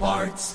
Parts.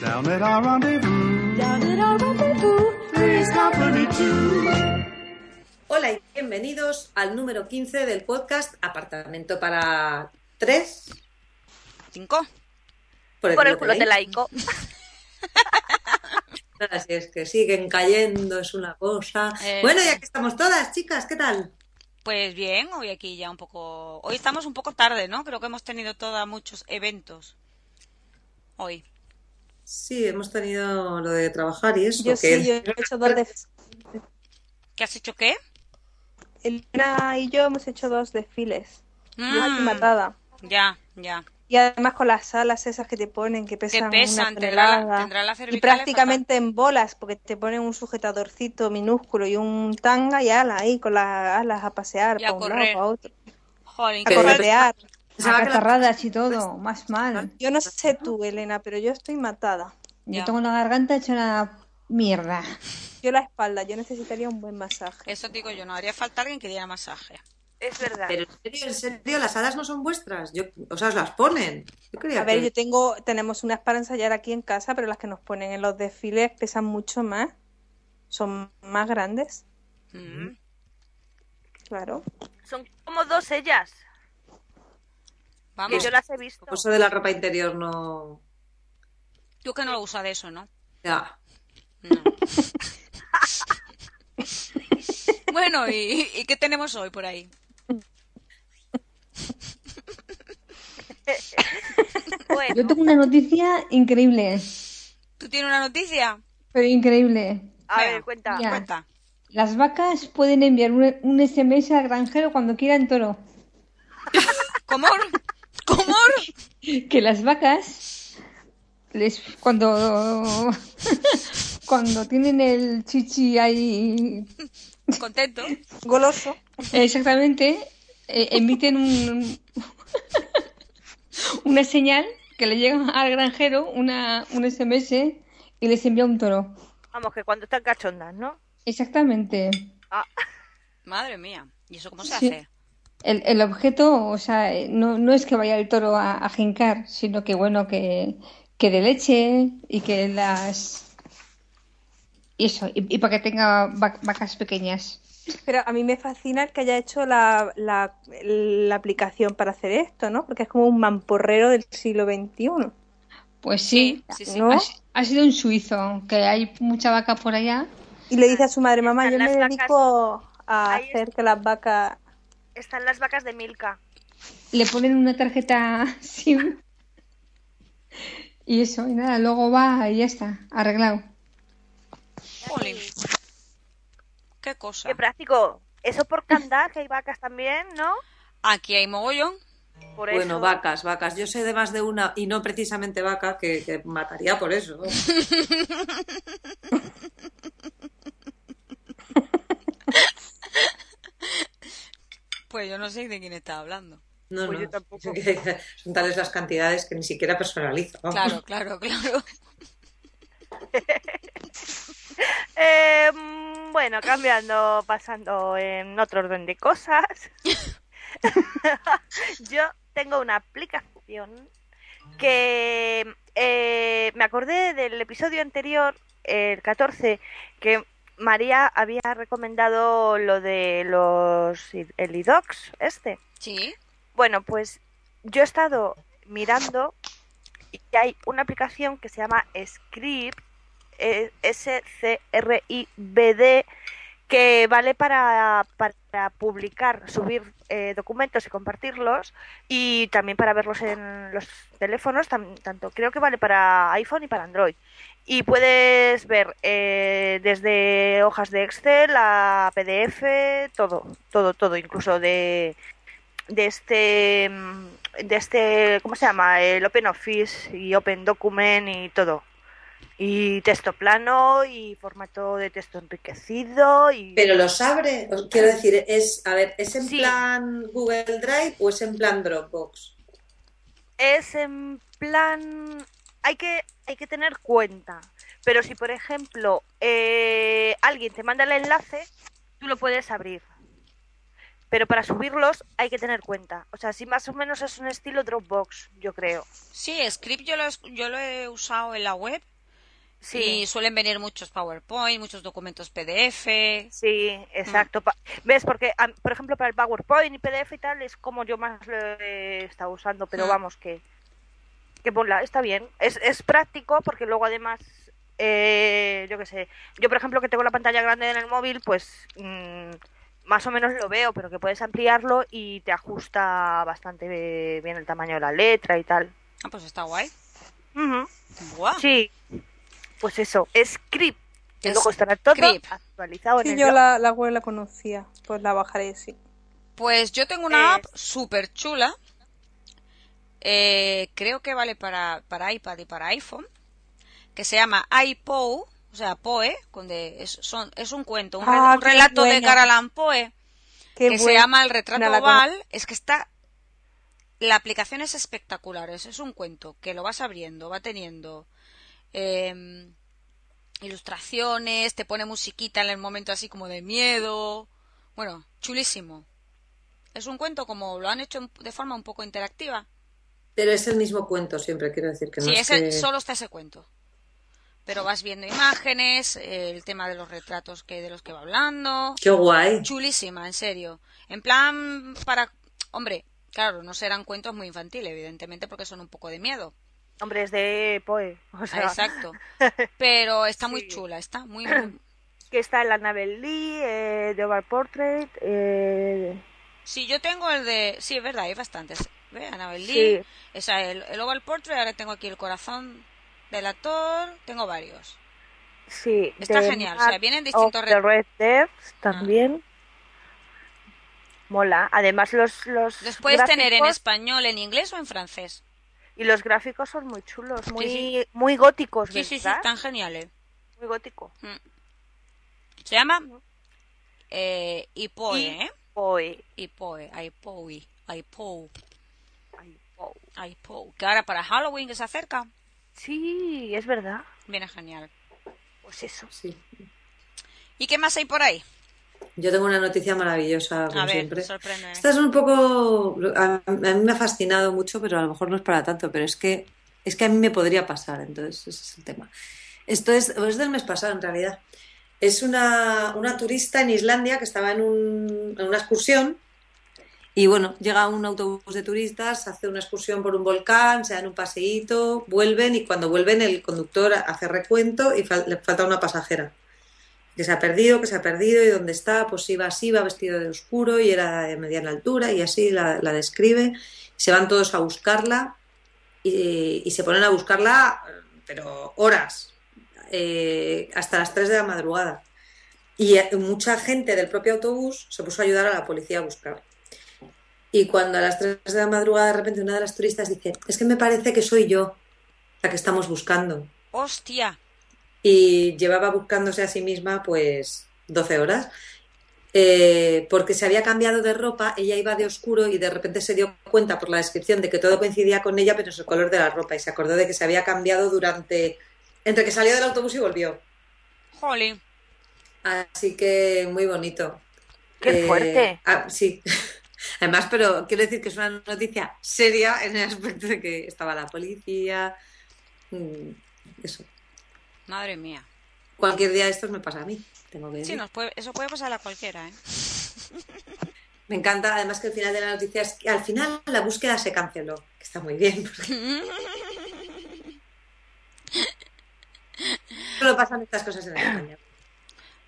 Down at our rendezvous. Down at our rendezvous. Three's company too. Hola y bienvenidos al número 15 del podcast Apartamento para 3 5 por por el culo de te laico. Así es que siguen cayendo, es una cosa. Eh. Bueno, ya que estamos todas, chicas, ¿qué tal? Pues bien, hoy aquí ya un poco. Hoy estamos un poco tarde, ¿no? Creo que hemos tenido toda muchos eventos. Hoy. Sí, hemos tenido lo de trabajar y eso. Yo que- sí, yo he hecho dos desfiles. ¿Qué has hecho qué? Elena y yo hemos hecho dos desfiles. Yo estoy Mm, matada. ya, ya. Y además con las alas esas que te ponen, que pesan una pesan, tendrá la- tonelada. tendrá las Y cervicales prácticamente en bolas, porque te ponen un sujetadorcito minúsculo y un tanga y alas ahí, con las alas a pasear Y a para un lado, correr. para otro. Jolín, A Que- qué mal. corretear. Pensaba que la- Acatarradas y Pues, todo, más mal. Yo no sé tú, Elena, pero yo estoy matada. Ya. Yo tengo la garganta hecha una mierda. Yo la espalda, yo necesitaría un buen masaje. Eso digo yo, no haría falta alguien que diera masaje. Es verdad. Pero en serio, en serio, las hadas no son vuestras. Yo, o sea, os las ponen. Yo creía A ver, que- yo tengo, tenemos unas para ensayar aquí en casa, pero las que nos ponen en los desfiles pesan mucho más, son más grandes, Mm. claro. Son como dos ellas, que Vamos, yo las he visto. Eso de la ropa interior no. tú que no lo usas de eso, ¿no? Ya. No. bueno, ¿y, ¿y qué tenemos hoy por ahí? Bueno, Yo tengo una noticia increíble, ¿Tú tienes una noticia? pero increíble. a Venga, ver, cuenta. Ya. Cuenta. Las vacas pueden enviar un, un SMS al granjero cuando quieran toro. ¿Comor? ¿Comor? Que las vacas, les, cuando, cuando tienen el chichi ahí ¿Contento? Goloso, Exactamente. eh, emiten un, una señal que le llega al granjero, una, un SMS, y les envía un toro. Vamos, que cuando están cachondas, ¿no? Exactamente. Ah, Madre mía, ¿y eso cómo se Sí. hace? El, el objeto, o sea, eh, no, no es que vaya el toro a, a jincar, sino que, bueno, que, que de leche y que las... Y eso, y, y para que tenga va- vacas pequeñas. pero a mí me fascina el que haya hecho la, la, la aplicación para hacer esto, ¿no? Porque es como un mamporrero del siglo XXI. Pues sí, Sí, sí. ¿no? ha, si- ha sido un suizo, que hay mucha vaca por allá. Y le dice a su madre, mamá, yo Están me las dedico a Ahí hacer que las vacas... están las vacas de Milka. le ponen una tarjeta SIM y eso, y nada, luego va y ya está, arreglado. Jolín. ¿Qué cosa? Qué práctico. Eso por Candá, que hay vacas también, ¿no? Aquí hay mogollón. Por Bueno, eso. vacas, vacas. Yo sé de más de una, y no precisamente vaca, que, que mataría por eso. Pues yo no sé de quién está hablando. No, Pues no. yo tampoco. Son tales las cantidades que ni siquiera personalizo. vamos. Claro, claro, claro. Eh, mm, bueno, cambiando, pasando en otro orden de cosas. Yo tengo una aplicación que eh, me acordé del episodio anterior, el 14, que María había recomendado lo de los id- el idox este. Sí. Bueno, pues yo he estado mirando y hay una aplicación que se llama Script, eh, S-C-R-I-B-D, que vale para, para publicar, subir eh, documentos y compartirlos y también para verlos en los teléfonos, tam- tanto creo que vale para iPhone y para Android. Y puedes ver eh, desde hojas de Excel a PDF, todo, todo, todo, incluso de, de este mm, de este cómo se llama el Open Office y Open Document y todo y texto plano y formato de texto enriquecido y Pero los abre, os quiero decir, es, a ver, ¿es en Sí. plan Google Drive o es en plan Dropbox? es en plan hay que hay que tener cuenta pero si por ejemplo eh, alguien te manda el enlace tú lo puedes abrir pero para subirlos hay que tener cuenta o sea si más o menos es un estilo Dropbox yo creo Sí, Script yo lo, es- yo lo he usado en la web sí y suelen venir muchos PowerPoint, muchos documentos PDF. Sí, exacto. Pa- ¿Ves? Porque, a- por ejemplo, para el PowerPoint y PDF y tal, es como yo más lo he estado usando, pero Mm. vamos, que, que ponla, está bien. Es, es práctico porque luego además, eh, yo qué sé, yo por ejemplo que tengo la pantalla grande en el móvil, pues mm, más o menos lo veo, pero que puedes ampliarlo y te ajusta bastante bien el tamaño de la letra y tal. Ah, pues está guay. Ujú. Guau. Sí, pues eso, script. Que Es luego estará todo script. actualizado en Sí, el yo blog. la, la web la conocía, pues la bajaré, sí. Pues yo tengo una Eh, app súper chula. eh, creo que vale para, para iPad y para iPhone. Que se llama iPoe, o sea, Poe, con de- es, son- es un cuento, un, re- Ah, un qué relato de buena. Garalán Poe, Qué que se buena. llama El retrato la conozco. oval. Es que está. La aplicación es espectacular. Es, es un cuento que lo vas abriendo, va teniendo. eh, ilustraciones, te pone musiquita en el momento así como de miedo. Bueno, chulísimo. Es un cuento como lo han hecho en- de forma un poco interactiva. Pero es el mismo cuento siempre, quiero decir que no Sí, es ese- que... solo está ese cuento. Pero vas viendo imágenes, eh, el tema de los retratos que de los que va hablando. ¡Qué guay! Chulísima, en serio. En plan para hombre, claro, no serán cuentos muy infantiles, evidentemente, porque son un poco de miedo. Hombre, es de Poe. O sea, Exacto. Pero está muy Sí. chula, está muy, muy que está el Annabelle Lee, eh, The Oval Portrait. Eh, Sí, yo tengo el de. Sí, es verdad, hay bastantes. Ve, Annabelle Sí. Lee, esa, el, el Oval Portrait, ahora tengo aquí el corazón del actor, tengo varios. sí, Está The genial, o sea, Mark vienen distintos of the re- Ah. Red Death también. Mola. Además, los, los Los puedes tener en gráficos- español, en inglés o en francés. Y los gráficos son muy chulos, muy, sí. muy góticos, Sí, sí, sí, Pues ¿verdad? están geniales. Muy gótico. Se llama eh, Ipoe, Y ¿eh? Poe. Ipoe, Ipoe, Ipoe, Ay, Poe. Ipoe. Que ahora para Halloween que se acerca, Sí, es verdad. viene genial. Pues eso. Sí. ¿Y qué más hay por ahí? Yo tengo una noticia maravillosa, como A ver, siempre. sorpréndeme. Esta es un poco. A, a mí me ha fascinado mucho, pero a lo mejor no es para tanto, pero es que, es que a mí me podría pasar, entonces ese es el tema. Esto es, pues es del mes pasado, en realidad. Es una, una turista en Islandia que estaba en, un- en una excursión y bueno, llega un autobús de turistas, hace una excursión por un volcán, se dan un paseíto, vuelven y cuando vuelven el conductor hace recuento y fal- le falta una pasajera que se ha perdido, que se ha perdido y dónde está, pues iba así, iba vestido de oscuro y era de mediana altura y así la, la describe. Se van todos a buscarla y, y se ponen a buscarla, pero horas, eh, hasta las 3 de la madrugada. Y eh, mucha gente del propio autobús se puso a ayudar a la policía a buscar. Y cuando a las 3 de la madrugada de repente una de las turistas dice, es que me parece que soy yo la que estamos buscando ¡Hostia! y llevaba buscándose a sí misma pues 12 horas. Eh, porque se había cambiado de ropa, ella iba de oscuro y de repente se dio cuenta por la descripción de que todo coincidía con ella, pero es el color de la ropa y se acordó de que se había cambiado durante, entre que salió del autobús y volvió. ¡Jolín! Así que muy bonito. ¡Qué Eh, fuerte! ah, sí. Además, pero quiero decir que es una noticia seria en el aspecto de que estaba la policía. Mm, Eso. Madre mía. Cualquier día de estos me pasa a mí. tengo que decir. Sí, nos puede, eso puede pasar a cualquiera, ¿eh? Me encanta, además que al final de la noticia es que al final la búsqueda se canceló, que está muy bien. porque- Solo pasan estas cosas en España.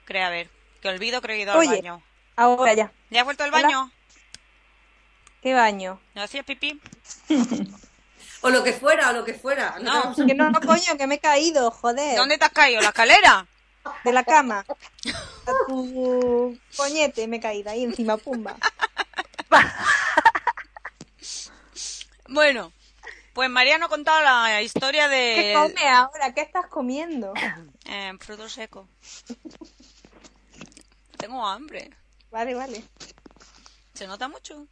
Creo, a ver. Que olvido, creo que he ido al Oye. baño. Ahora ya. ¿Ya has vuelto al Hola. baño? ¿Qué baño? ¿No hacías pipí? O lo que fuera, o lo que fuera. No. Que no, no, coño, que me he caído, joder. ¿Dónde te has caído? ¿La escalera? De la cama. A tu coñete me he caído ahí encima, pumba. Bueno, pues María nos contaba la historia ¿Qué de comes ahora? ¿Qué estás comiendo? eh, fruto seco. Tengo hambre. Vale, vale. Se nota mucho.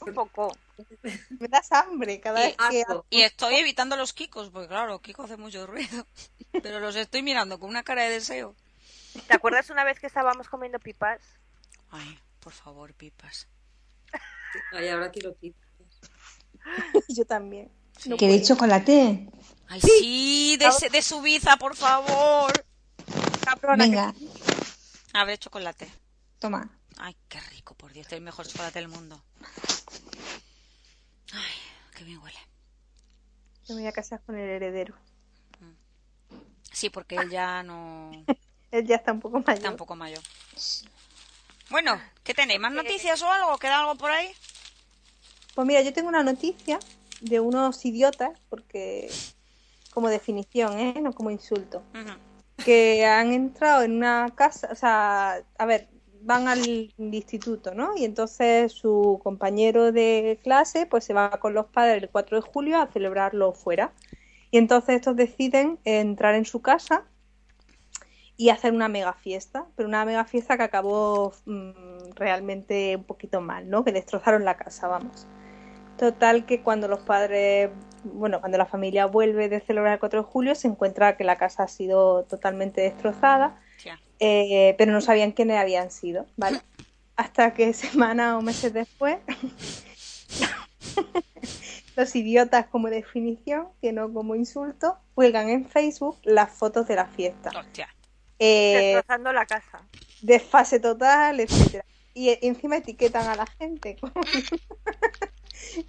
Un poco. Me das hambre cada Y vez que... asco. Y estoy evitando los kikos, porque claro, Kiko hace mucho ruido. Pero los estoy mirando con una cara de deseo. ¿Te acuerdas una vez que estábamos comiendo pipas? Ay, por favor, pipas. Ay, ahora quiero pizza. Yo también. No Que de puedo. chocolate. Ay, sí, de, ese- de Suiza, por favor. Cabrona, que- Venga, A ver, chocolate. toma. Ay, qué rico, por Dios, es el mejor chocolate del mundo. Ay, qué bien huele. Me voy a casar con el heredero. Sí, porque él ya no... Él ya está un poco mayor. Está un poco mayor. Bueno, ¿qué tenéis? ¿Más noticias o algo? ¿Queda algo por ahí? Pues mira, yo tengo una noticia de unos idiotas, porque como definición, ¿eh? No como insulto. Ujú. que han entrado en una casa, o sea, a ver, van al instituto, ¿no? Y entonces su compañero de clase pues se va con los padres el 4 de julio a celebrarlo fuera. Y entonces estos deciden entrar en su casa y hacer una mega fiesta, pero una mega fiesta que acabó mm, realmente un poquito mal, ¿no? Que destrozaron la casa, vamos. Total que cuando los padres, bueno, cuando la familia vuelve de celebrar el 4 de julio, se encuentra que la casa ha sido totalmente destrozada, Tía. eh, pero no sabían quiénes habían sido, ¿vale? Hasta que semanas o meses después, los idiotas como definición, que no como insulto, cuelgan en Facebook las fotos de la fiesta. Hostia. Eh, Destrozando la casa. desfase total, etcétera. Y e- encima etiquetan a la gente. Con...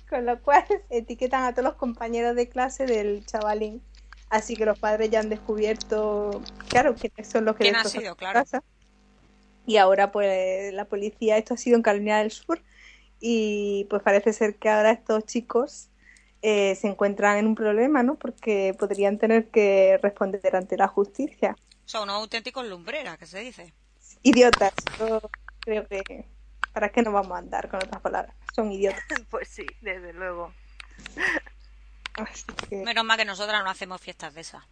con lo cual etiquetan a todos los compañeros de clase del chavalín. Así que los padres ya han descubierto, claro, quiénes son los que ¿Quién ha destrozaron sido? su Claro. casa. Y ahora pues la policía, esto ha sido en Carolina del Sur y pues parece ser que ahora estos chicos eh, se encuentran en un problema, ¿no? Porque podrían tener que responder ante la justicia. Son unos auténticos lumbreras, que se dice. idiotas. Yo creo que para qué nos vamos a andar con otras palabras. Son idiotas. Pues sí, desde luego. Así que Menos mal que nosotras no hacemos fiestas de esas.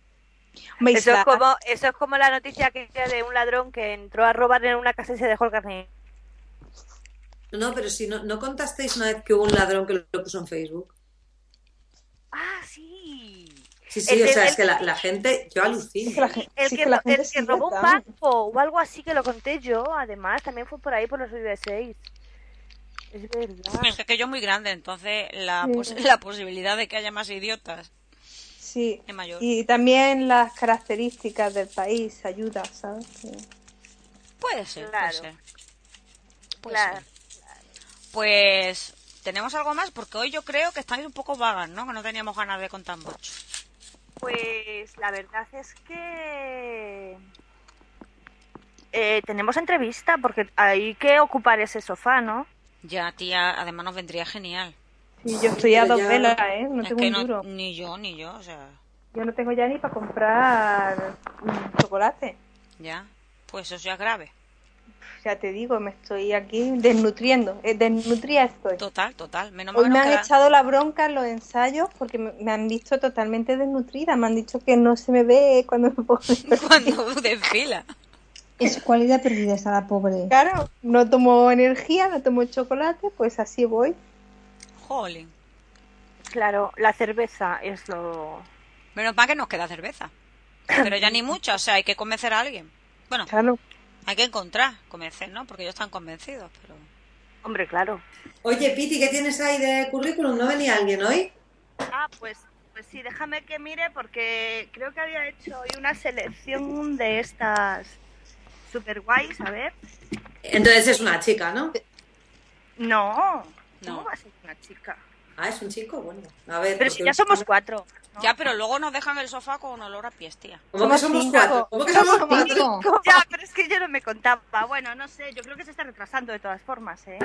me Eso es, isla- como, eso es como la noticia que de un ladrón que entró a robar en una casa y se dejó el carnet. No, pero si no, no contasteis una vez que hubo un ladrón que lo, lo puso en Facebook. Ah, sí. Sí, sí, El o de- sea, es el- que la, la gente, yo es que la alucino. gen- El sí, que, es que la ro- gente el es que robó un idiota, vamos. banco o algo así que lo conté yo, además, también fue por ahí por los 6 Es verdad. Pues Es que yo es muy grande, entonces la, Sí. pos- la posibilidad de que haya más idiotas Sí. es mayor. Y también las características del país ayudan, ¿sabes? Que- Puede ser, Claro. puede ser. Puede Claro. ser. Pues, ¿tenemos algo más? Porque hoy yo creo que estáis un poco vagas, ¿no? Que no teníamos ganas de contar mucho. Pues la verdad es que eh, tenemos entrevista porque hay que ocupar ese sofá, ¿no? Ya, tía, además nos vendría genial. Sí, yo estoy a Pero dos ya- velas, ¿eh? No es tengo que un duro. ni yo, ni yo, o sea, Yo no tengo ya ni para comprar mm, chocolate. ya. Pues eso ya es grave. Ya te digo, me estoy aquí desnutriendo. Eh, desnutría estoy. Total, total. Menos mal que Hoy me nos han queda- echado la bronca en los ensayos porque me me han visto totalmente desnutrida. Me han dicho que no se me ve cuando me pongo. cuando desfila. Es cualidad perdida está la pobre. Claro, no tomo energía, no tomo chocolate, pues así voy. Jolín. Claro, la cerveza es lo... Menos mal que nos queda cerveza. Pero ya ni mucha, o sea, hay que convencer a alguien. Bueno, Claro, hay que encontrar, convencer, ¿no? Porque ellos están convencidos, pero... Hombre, claro. Oye, Piti, ¿qué tienes ahí de currículum? ¿No venía alguien hoy? Ah, pues, pues sí, déjame que mire porque creo que había hecho hoy una selección de estas súper guays, a ver. Entonces es una chica, ¿no? No, No. no va a ser una chica. Ah, es un chico, bueno. A ver. Pero porque- si ya somos cuatro. ¿no? Ya, pero luego nos dejan el sofá con olor a pies, tía. ¿Cómo que somos cinco. cuatro? ¿Cómo que somos Somos cuatro? Cinco. Ya, pero es que yo no me contaba. Bueno, no sé, yo creo que se está retrasando de todas formas, ¿eh?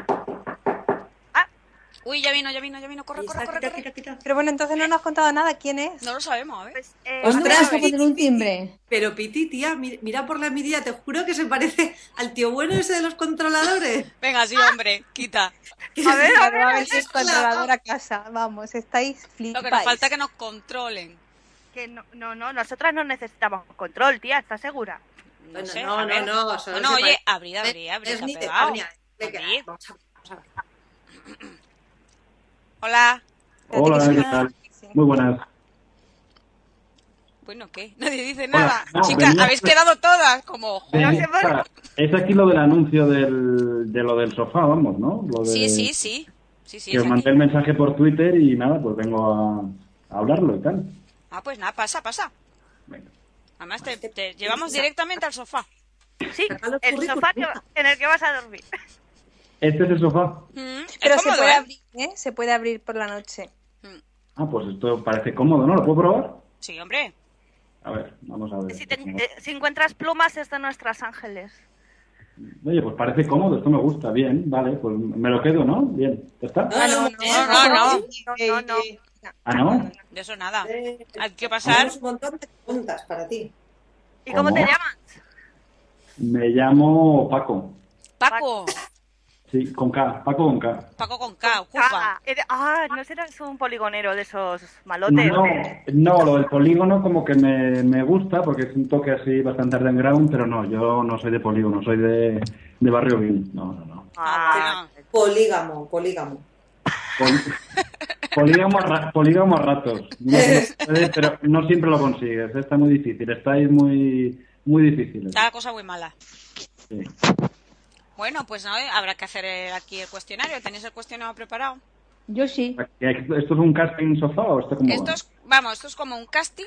Uy, ya vino, ya vino, ya vino. Corre, corre, corre, Quita, corre. quita, quita. Pero bueno, entonces no nos has contado nada quién es. No lo sabemos, a ver. Pues, eh, Ostras, Vamos a a ver, poner un timbre. Pero Piti, tía, mi- mira por la mirilla, te juro que se parece al tío bueno ese de los controladores. Venga, ah. sí, hombre, quita. a ver, a Claro, va a ver, venir el controlador a casa. Vamos, estáis Lo flipáis. que nos falta es que nos controlen. que no, no, no, nosotras no necesitamos control, tía, ¿estás segura? No, Bueno, sé, no, a no, ver. no, solo Bueno, se oye, parece. abrid, abrid, abrid, Es que ha ni de pegado. coña, es de que- Abrid. Vamos a ver, vamos a ver. Hola. Espérate, Hola, que ¿qué suena- tal? sí. Muy buenas. Bueno, ¿qué? Nadie dice Hola. nada. No, Chicas, venía- habéis quedado todas como... jo- No Eh, se puede. Sara, Es aquí lo del anuncio del, de lo del sofá, vamos, ¿no? Lo de- Sí, sí, sí. Sí, sí, Que os es mandé aquí. el mensaje por Twitter y nada, pues vengo a, a hablarlo y tal. Ah, pues nada, pasa, pasa. Venga. Además, te, te llevamos directamente al sofá. Sí, Saca los el currículum. sofá que- en el que vas a dormir. Este es el sofá. Mm, es Pero se cómodo, puede ¿eh? abrir, ¿eh? Se puede abrir por la noche. Ah, pues esto parece cómodo, ¿no? ¿Lo puedo probar? Sí, hombre. A ver, vamos a ver. Si, te- eh, si encuentras plumas es de nuestras ángeles. Oye, pues parece cómodo, esto me gusta, bien, vale, pues me lo quedo, ¿no? Bien, ¿ya está? Ah, no, No, no, no. No, no, no. Eh, Ah, ¿no? De eso nada. Eh, Hay que pasar. tenemos un montón de preguntas para ti. ¿Y cómo ¿Cómo? te llamas? Me llamo Paco. Paco. Sí, con K, Paco con K. Paco con K, Ah, ocupa. eres- ah, no serás un poligonero de esos malotes. No, no, lo del polígono como que me, me gusta porque es un toque así bastante underground, pero no, yo no soy de polígono, soy de, de barrio bien. No, no, no. Ah, Ah, bueno. Polígamo, polígamo. Pol- polígamo, a ra- polígamo a ratos. No, no se puede, pero no siempre lo consigues, está muy difícil, estáis muy, muy difíciles. Está la cosa muy mala. Sí. Bueno, pues no, eh, habrá que hacer eh, aquí el cuestionario. ¿Tenéis el cuestionario preparado? Yo sí. ¿Esto es un casting sofá o esto como Esto es, vamos, esto es como un casting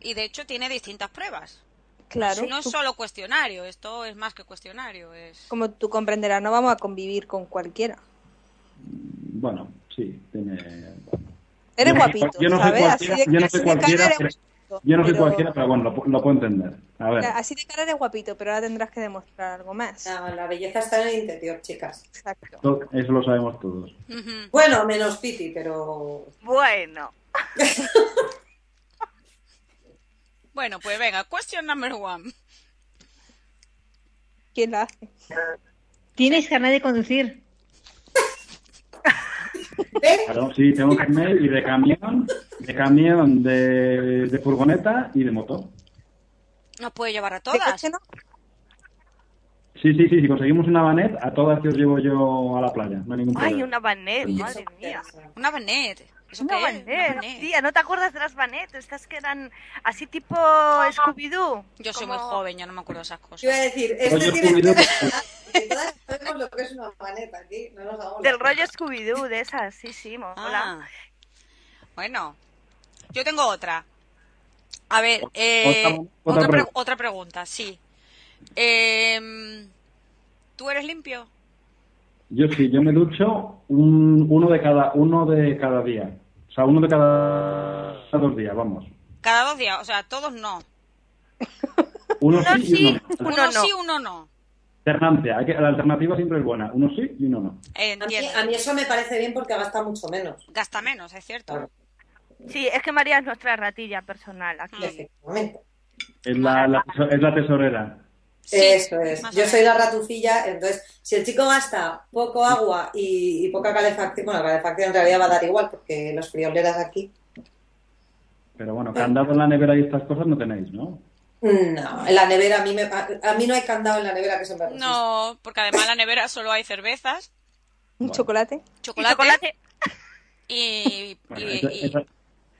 y de hecho tiene distintas pruebas. Claro. No es tú- solo cuestionario, esto es más que cuestionario. Es... como tú comprenderás, no vamos a convivir con cualquiera. Bueno, sí, tiene... Eres Yo no soy- guapito, yo no soy ¿sabes? cualquiera- así de, yo no así soy de cara cualquiera, eres pero- guapito, Yo no soy pero- cualquiera, pero bueno, lo, lo puedo entender. A ver. Así de cara eres guapito, pero ahora tendrás que demostrar algo más. La, la belleza está en el interior, chicas. Exacto. Esto- Eso lo sabemos todos. Ujú. Bueno, menos Piti, pero. bueno. Bueno, pues venga, question number one. ¿Quién la hace? Tienes carnet de conducir. ¿Eh? Claro, sí, tengo carnet y de camión, de camión, de, de furgoneta y de moto. Nos puede llevar a ¿De todas. coche no? Sí, sí, sí, si conseguimos una vanet, a todas que os llevo yo a la playa. No hay ningún problema. Ay, una banet, Oye, madre mía. Una banet. ¿Eso Una qué es? Una banet, banet. tía, ¿no te acuerdas de las banet? Estas que eran así tipo Scooby-Doo. Yo soy Como- muy joven, ya no me acuerdo de esas Yo iba cosas. a decir, Oye, este tiene Scooby-Doo. que todas sabemos lo que es una maneta aquí, no nos hagamos. Del rollo Scooby-Doo, de esas, sí, sí, mola. Ah. Bueno, yo tengo otra. A ver, eh, Otra- otra otra, pre- pregunta. otra pregunta, sí. Em, ¿Tú eres limpio? Yo sí, yo me ducho un- uno de cada uno de cada día. O sea, uno de cada dos días, vamos. Cada dos días, o sea, todos no. Uno Uno sí y uno sí. no. Uno, Uno no. sí, uno no. Alternancia, hay que- la alternativa siempre es buena. Uno sí y uno no. Eh, A mí, entiendo. a mí eso me parece bien porque gasta mucho menos. Gasta menos, es cierto. Claro. Sí, es que María es nuestra ratilla personal Mm. aquí. Efectivamente. Es la, la teso- es la tesorera. Sí, Eso es. más o Yo menos. soy la ratucilla, entonces, si el chico gasta poco agua y, y poca calefacción, bueno, la calefacción en realidad va a dar igual porque los frioleras aquí. Pero bueno, candado en la nevera y estas cosas no tenéis, ¿no? No, en la nevera a mí, me, a, a mí no hay candado en la nevera que se me resista. No, porque además en la nevera solo hay cervezas, ¿Un Bueno. chocolate? Y chocolate y, chocolate, Bueno, y- esa- y- esa-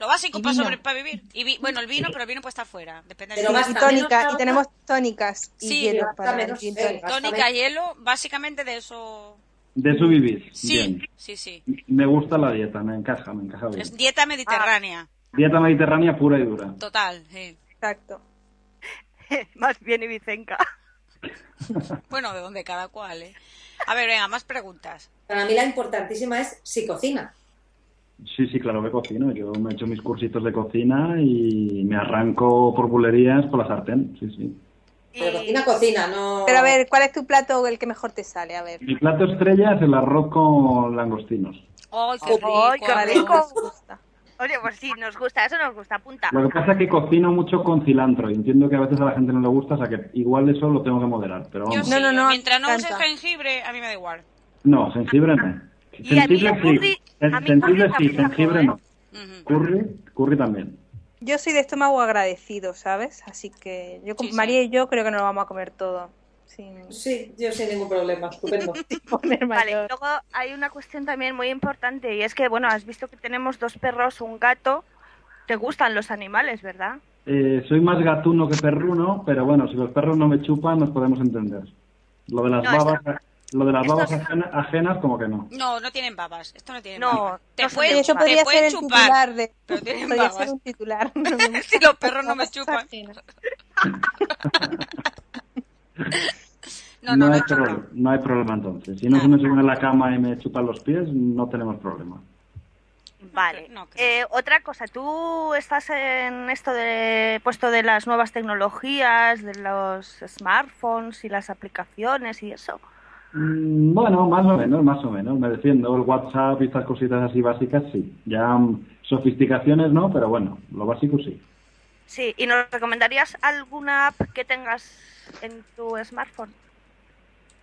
lo básico y para, vino. sobre- para vivir. Y vi- bueno, el vino, pero el vino puede estar fuera, depende del Pero Y- vino. gasta y menos tónica, agua. y tenemos tónicas y Sí, hielo gasta para el menos gin sed, tonic. gasta Tónica, hielo, básicamente de eso. De eso vivís. Sí, Bien. sí, sí. Me gusta la dieta, me encaja, me encaja bien. Es dieta mediterránea, Dieta mediterránea pura y dura. total. sí. Exacto. Más bien ibicenca. Bueno, de donde cada cual, ¿eh? A ver, venga, más preguntas. Para mí la importantísima es si cocina. Sí, sí, claro que cocino. Yo me echo mis cursitos de cocina y me arranco por bulerías por la sartén. Sí, sí. Pero Mm. cocina, cocina, no... Pero a ver, ¿cuál es tu plato el que mejor te sale? A ver. Mi plato estrella es el arroz con langostinos. ¡Ay, qué Ay, rico! qué arroz! Vale, rico. me gusta. Oye, pues sí, nos gusta, eso nos gusta, apunta. Lo que pasa es que cocino mucho con cilantro y entiendo que a veces a la gente no le gusta, o sea que igual eso lo tengo que moderar. Pero Yo vamos, sí, No, no, no, mientras no uses encanta. jengibre, a mí me da igual. no, sensible no. Y a mí el curry- sí. a mí Sensible el curry sí, también, sensible ¿eh? no. Ujú. Curry, curry también. Yo soy de estómago agradecido, ¿sabes? Así que yo con Sí, sí. María y yo creo que nos lo vamos a comer todo. Sin Sí, yo sin ningún problema, estupendo. poner Vale, mayor. luego hay una cuestión también muy importante y es que, bueno, has visto que tenemos dos perros, un gato. Te gustan los animales, ¿verdad? Eh, soy más gatuno que perruno, pero bueno, si los perros no me chupan, nos podemos entender. Lo de las No, babas, lo de las esto babas es- ajena- ajenas, como que no. No, no tienen babas. Esto no tiene No, babas. Te no son pueden, de Eso te podría ser pueden el chupar. titular de. pero tienen Podría babas. ser un titular. No me Si los perros no me gusta. chupan. No, No, no, no, hay no, problema, no. no hay problema entonces. Si no No. se me suben a la cama y me chupan los pies, no tenemos problema. Vale. no creo. Eh, otra cosa, tú estás en esto de puesto de las nuevas tecnologías, de los smartphones y las aplicaciones y eso. Mm, Bueno, más o menos, más o menos. Me defiendo el WhatsApp y estas cositas así básicas, sí. Ya mm, sofisticaciones no, pero bueno, lo básico sí. Sí, ¿y nos recomendarías alguna app que tengas en tu smartphone?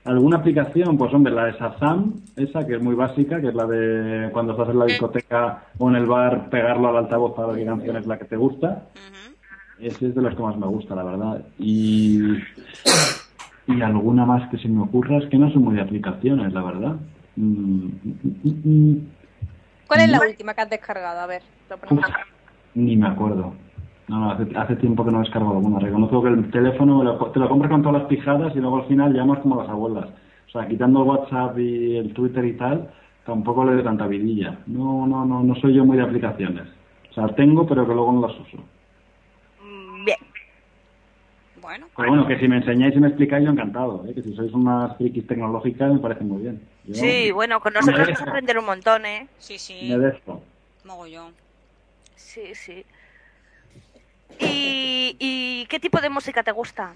¿Alguna aplicación? Pues hombre, la de Shazam, esa que es muy básica, que es la de cuando estás en la discoteca o en el bar, pegarlo al altavoz para ver qué canción es la que te gusta. Ujú. Ese es de los que más me gusta, la verdad. Y, y alguna más que se me ocurra, es que no son muy de aplicaciones, la verdad. Mm, mm, mm, mm. ¿Cuál es la última que has descargado? A ver, lo Uf, ponemos. ni me acuerdo. No, no, hace, hace tiempo que no descargo alguna. Reconozco que el teléfono me lo co- te lo compras con todas las pijadas y luego al final llamas como las abuelas. O sea, quitando el WhatsApp y el Twitter y tal, tampoco le doy tanta vidilla. No, no, no, no soy yo muy de aplicaciones. O sea, tengo, pero que luego no las uso. Mm, Bien. Bueno, Pero bueno, que si me enseñáis y me explicáis, yo encantado. ¿eh? Que si sois unas frikis tecnológicas, me parece muy bien. Yo Sí, bueno, con nosotros vas a dejo. aprender un montón, ¿eh? sí, sí, Me dejo. mogollón. Sí, sí. ¿Y, y qué tipo de música te gusta?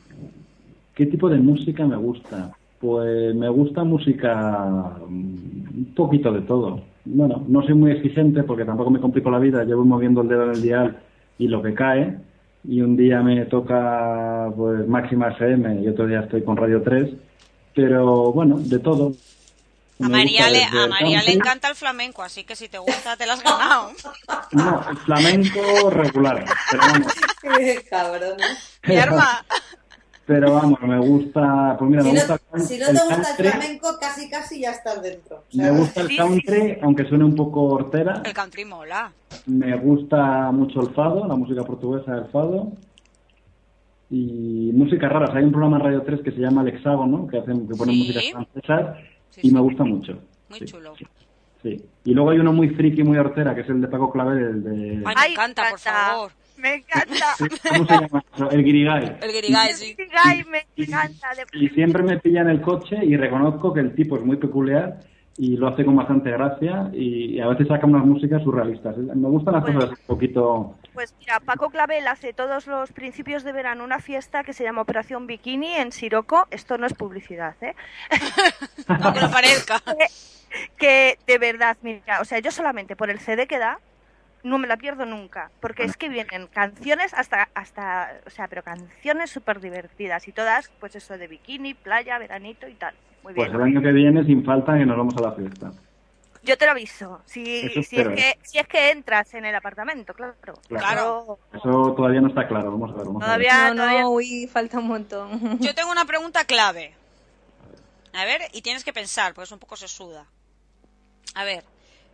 ¿Qué tipo de música me gusta? Pues me gusta música mm, un poquito de todo. Bueno, no soy muy exigente porque tampoco me complico la vida. Yo voy moviendo el dedo en el dial y lo que cae. Y un día me toca pues Máxima FM y otro día estoy con Radio 3. Pero bueno, de todo. A Me María, gusta le, desde a el María le country- encanta el flamenco, así que si te gusta, te las has ganado. No, flamenco regular. Pero vamos, Qué Cabrón. ¿eh? ¿no? Mi arma. pero vamos, me gusta. Pues mira, Si me gusta. no, si no te gusta el country. flamenco, casi casi ya estás dentro. O sea, Me gusta Sí, el sí, country, aunque suene un poco hortera. El country mola. Me gusta mucho el fado, la música portuguesa del fado. Y músicas raras. Hay un programa en Radio 3 que se llama El Hexágono, que, hacen, que ponen Sí. músicas francesas. Sí, y sí. me gusta mucho. Muy sí, chulo. sí. Y luego hay uno muy friki, muy hortera, que es el de Paco Clavel, el de... Ay, me Ay, encanta, por favor. Me encanta. ¿Cómo se llama eso? El Guirigay. El Ah, guirigay, sí. Ay, me encanta. de- Y siempre me pilla en el coche y reconozco que el tipo es muy peculiar y lo hace con bastante gracia y, a veces saca unas músicas surrealistas. Me gustan las Bueno. cosas un poquito... Pues mira, Paco Clavel hace todos los principios de verano una fiesta que se llama Operación Bikini en Siroco. Esto no es publicidad, ¿eh? Aunque no parezca. Que de verdad, mira, o sea, yo solamente por el CD que da no me la pierdo nunca, porque es que vienen canciones hasta, hasta, o sea, pero canciones súper divertidas y todas, pues eso de bikini, playa, veranito y tal. Muy bien. Pues el año que viene, sin falta, que nos vamos a la fiesta. Yo te lo aviso, si, Eso si, es espero, ¿eh? que, si es que entras en el apartamento, claro. Claro. Eso todavía no está claro, vamos a ver. Vamos a ver. Todavía, No, todavía no, uy, falta un montón. Yo tengo una pregunta clave. A ver, y tienes que pensar, porque es un poco sesuda. A ver,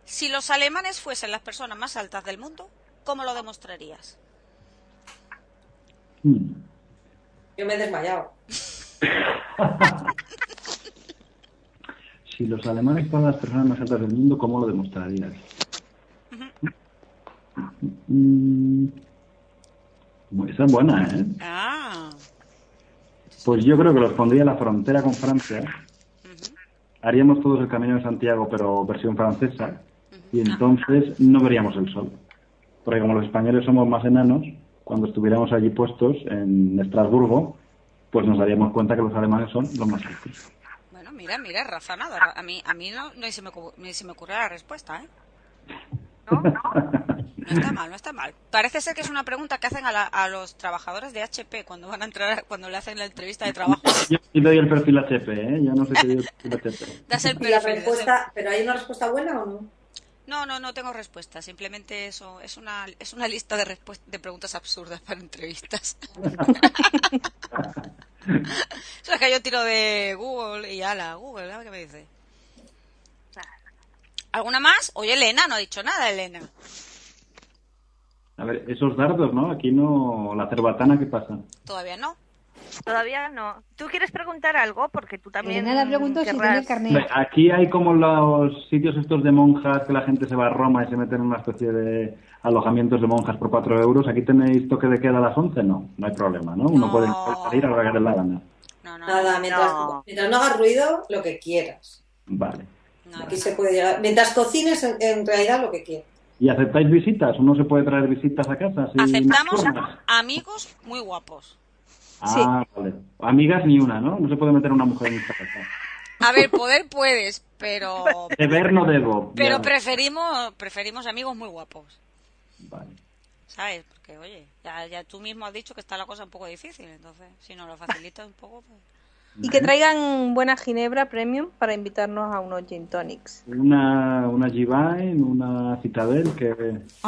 si los alemanes fuesen las personas más altas del mundo, ¿cómo lo demostrarías? Hmm. yo me he desmayado. Si los alemanes fueran las personas más altas del mundo, ¿cómo lo demostrarías? Mm. Esa es buena, ¿eh? Ah, Pues yo creo que los pondría en la frontera con Francia. ¿eh? Haríamos todos el Camino de Santiago, pero versión francesa. Y entonces no veríamos el sol. Porque como los españoles somos más enanos, cuando estuviéramos allí puestos en Estrasburgo, pues nos daríamos cuenta que los alemanes son los más ricos. Bueno, mira, mira, razonado. Ra- A mí, a mí no, no se me, ocu- ni se me ocurre la respuesta, ¿eh? No, no, no está mal, no está mal. Parece ser que es una pregunta que hacen a, la- a los trabajadores de HP cuando van a entrar, cuando le hacen la entrevista de trabajo. Yo sí doy el perfil HP, ¿eh? Yo no sé qué doy el perfil HP. Das el Y la perfil, das el- respuesta, ¿pero hay una respuesta buena o no? No, no, no tengo respuesta. Simplemente eso es una es una lista de respues- de preguntas absurdas para entrevistas. Eso es que yo tiro de Google y ala, Google, a ver qué me dice. ¿Alguna más? Oye, Elena, no ha dicho nada, Elena. A ver, esos dardos, ¿no? Aquí no... La cerbatana, ¿qué pasa? Todavía no. Todavía no. ¿Tú quieres preguntar algo? Porque tú también. Elena le preguntó si querrás- tenía carnet. Hombre, Aquí hay como los sitios estos de monjas que la gente se va a Roma y se mete en una especie de alojamientos de monjas por 4 euros. Aquí tenéis toque de queda a las 11, no, no hay problema, ¿no? Uno No. puede salir a la hora que le dé la gana. No, no, Nada, mientras, no. mientras no hagas ruido, lo que quieras. Vale. no, no, Aquí no. se puede llegar. Mientras cocines, en, en realidad, lo que quieras. ¿Y aceptáis visitas? ¿Uno se puede traer visitas a casa? si Aceptamos nocturnas? amigos muy guapos. Ah, vale. Amigas ni una, ¿no? No se puede meter una mujer en esta casa. A ver, poder puedes, pero Beber no debo. pero Ya. preferimos preferimos amigos muy guapos. Vale. ¿Sabes? Porque, oye, ya, ya tú mismo has dicho que está la cosa un poco difícil, entonces, si nos lo facilitas un poco, pues... Y que traigan buena ginebra premium para invitarnos a unos gin tonics. Una, una Givine, una Citadel, que...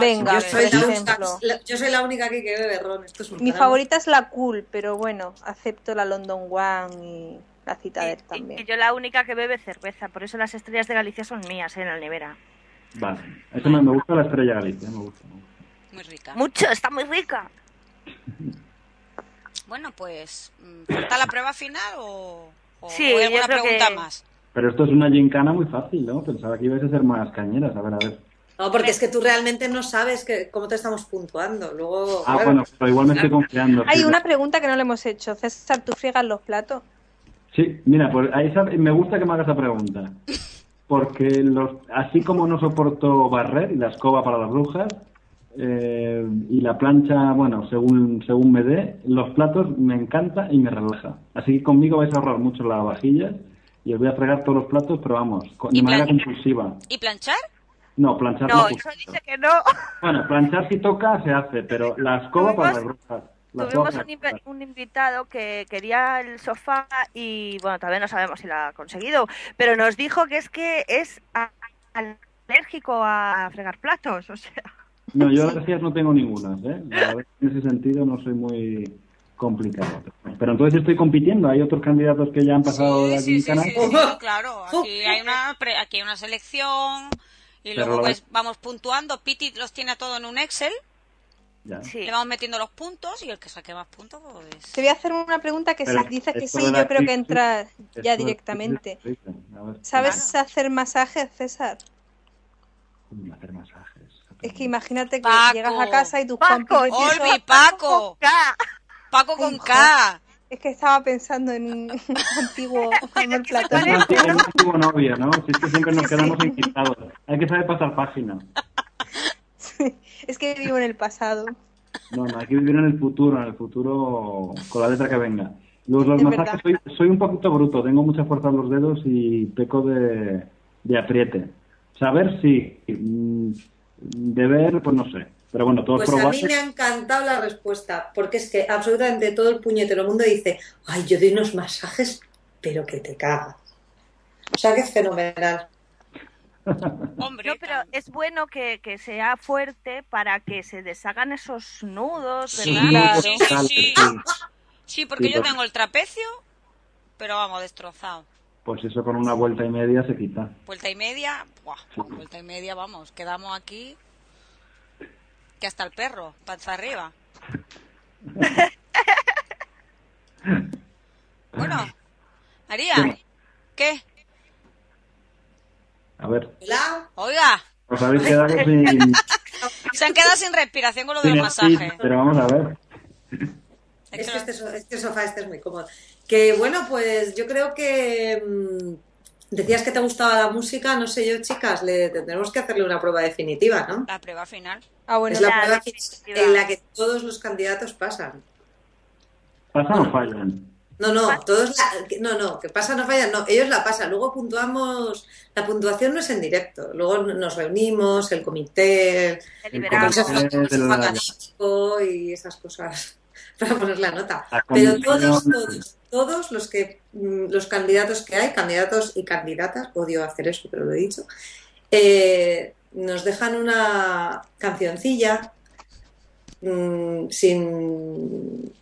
Venga, Yo por soy, la única, ejemplo. la- yo soy la única aquí que bebe ron. Esto es un Mi drama. favorita es la cool, pero bueno, acepto la London One y la Citadel Y- Y, y también. yo la única que bebe cerveza, por eso las estrellas de Galicia son mías ¿eh? en la nevera. Vale. Eso me, me gusta la estrella Galicia, me gusta. me gusta. Muy rica. Mucho, está muy rica. Bueno, pues, mm, ¿falta la prueba final o, o- Sí, o hay yo alguna creo pregunta que- más? Pero esto es una gincana muy fácil, ¿no? Pensaba que ibas a ser más cañeras. A ver, a ver. No, porque es que tú realmente no sabes que, cómo te estamos puntuando. Luego, Ah, claro, bueno, pero igual me estoy confiando. Hay sí. una pregunta que no le hemos hecho. César, ¿tú friegas los platos? Sí, mira, pues a esa- me gusta que me hagas esa pregunta. Porque los, así como no soporto barrer y la escoba para las brujas eh, y la plancha, bueno, según, según me dé, los platos me encanta y me relaja. Así que conmigo vais a ahorrar mucho las vajillas y os voy a fregar todos los platos, pero vamos, con- de Y manera plancha. compulsiva. ¿Y planchar? No, planchar No, no. eso dice que no. Bueno, planchar si toca se hace, pero la escoba para las Tuvimos- brujas. La escoba Tuvimos para un, las inv- brujas. un invitado que quería el sofá y, bueno, todavía no sabemos si lo ha conseguido, pero nos dijo que es que es a- alérgico a fregar platos, o sea. No, yo alergias no tengo ninguna, ¿eh? La verdad es que En ese sentido no soy muy complicado. Pero entonces estoy compitiendo, hay otros candidatos que ya han pasado de Sí, aquí sí, sí, canal. sí, sí, no, claro. Aquí hay una, pre- aquí hay una selección y Pero luego lo pues vamos puntuando. Piti los tiene a todos en un Excel, Ya. Sí. le vamos metiendo los puntos y el que saque más puntos, pues... Te voy a hacer una pregunta que si Pero dices que esto sí, de yo la creo que crisis- entras Esto ya es- directamente. A ver, ¿Sabes hacer masajes, César? uy, hacer masajes. Es que imagínate que Paco. llegas a casa y tus Paco, compis... tío, Olvi, Paco. pues, con K. Paco con K. Es que estaba pensando en un antiguo amor Es un platónico. anti- es un antiguo novio, ¿no? Si es que siempre nos quedamos enquistados. Hay que saber pasar página. Es que vivo en el pasado. No, no, hay que vivir en el futuro, en el futuro con la letra que venga. Los, los Es masajes, soy, soy un poquito bruto, tengo mucha fuerza en los dedos y peco de, de apriete. Saber si, deber, pues no sé. Pero bueno, todos Pues a probáis. mí me ha encantado la respuesta, porque es que absolutamente todo el puñetero mundo dice, ay, yo doy unos masajes, pero que te cagas. O sea que es fenomenal. Hombre, No, pero es bueno que, que sea fuerte para que se deshagan esos nudos, Sí, ¿verdad? claro. Sí, Sí, sí, sí, sí. sí. Sí, porque Sí, yo porque- tengo el trapecio, pero vamos, destrozado. Pues eso con una vuelta y media se quita. Vuelta y media, buah, vuelta y media, vamos, quedamos aquí que hasta el perro, panza arriba. bueno, María, ¿qué? A ver, Hola. Oiga, os habéis quedado sin, se han quedado sin respiración con lo sin del el masaje. tip, pero vamos a ver. Es que este, so- este sofá este es muy cómodo. Que Que bueno, pues yo creo que mm, decías que te gustaba la música, no sé yo, chicas, le tendremos que hacerle una prueba definitiva, ¿no? La prueba final. Ah, bueno, es la la prueba que- definitiva. en la que todos los candidatos pasan. Pasan o fallan. No, no, todos la- que- no, no, que pasa, no falla, no, ellos la pasan, luego puntuamos, la puntuación no es en directo, luego nos reunimos, el comité, Deliberamos. comité. el consejo del horario. académico y esas cosas para poner la nota. La Pero comisión. todos, todos, todos los que mm, los candidatos que hay, candidatos y candidatas, odio hacer eso, pero lo he dicho, eh, nos dejan una cancioncilla mm, sin,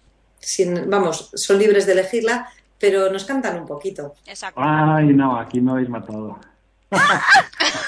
sin, vamos, son libres de elegirla, pero nos cantan un poquito. Exacto. Ay, no, aquí me habéis matado.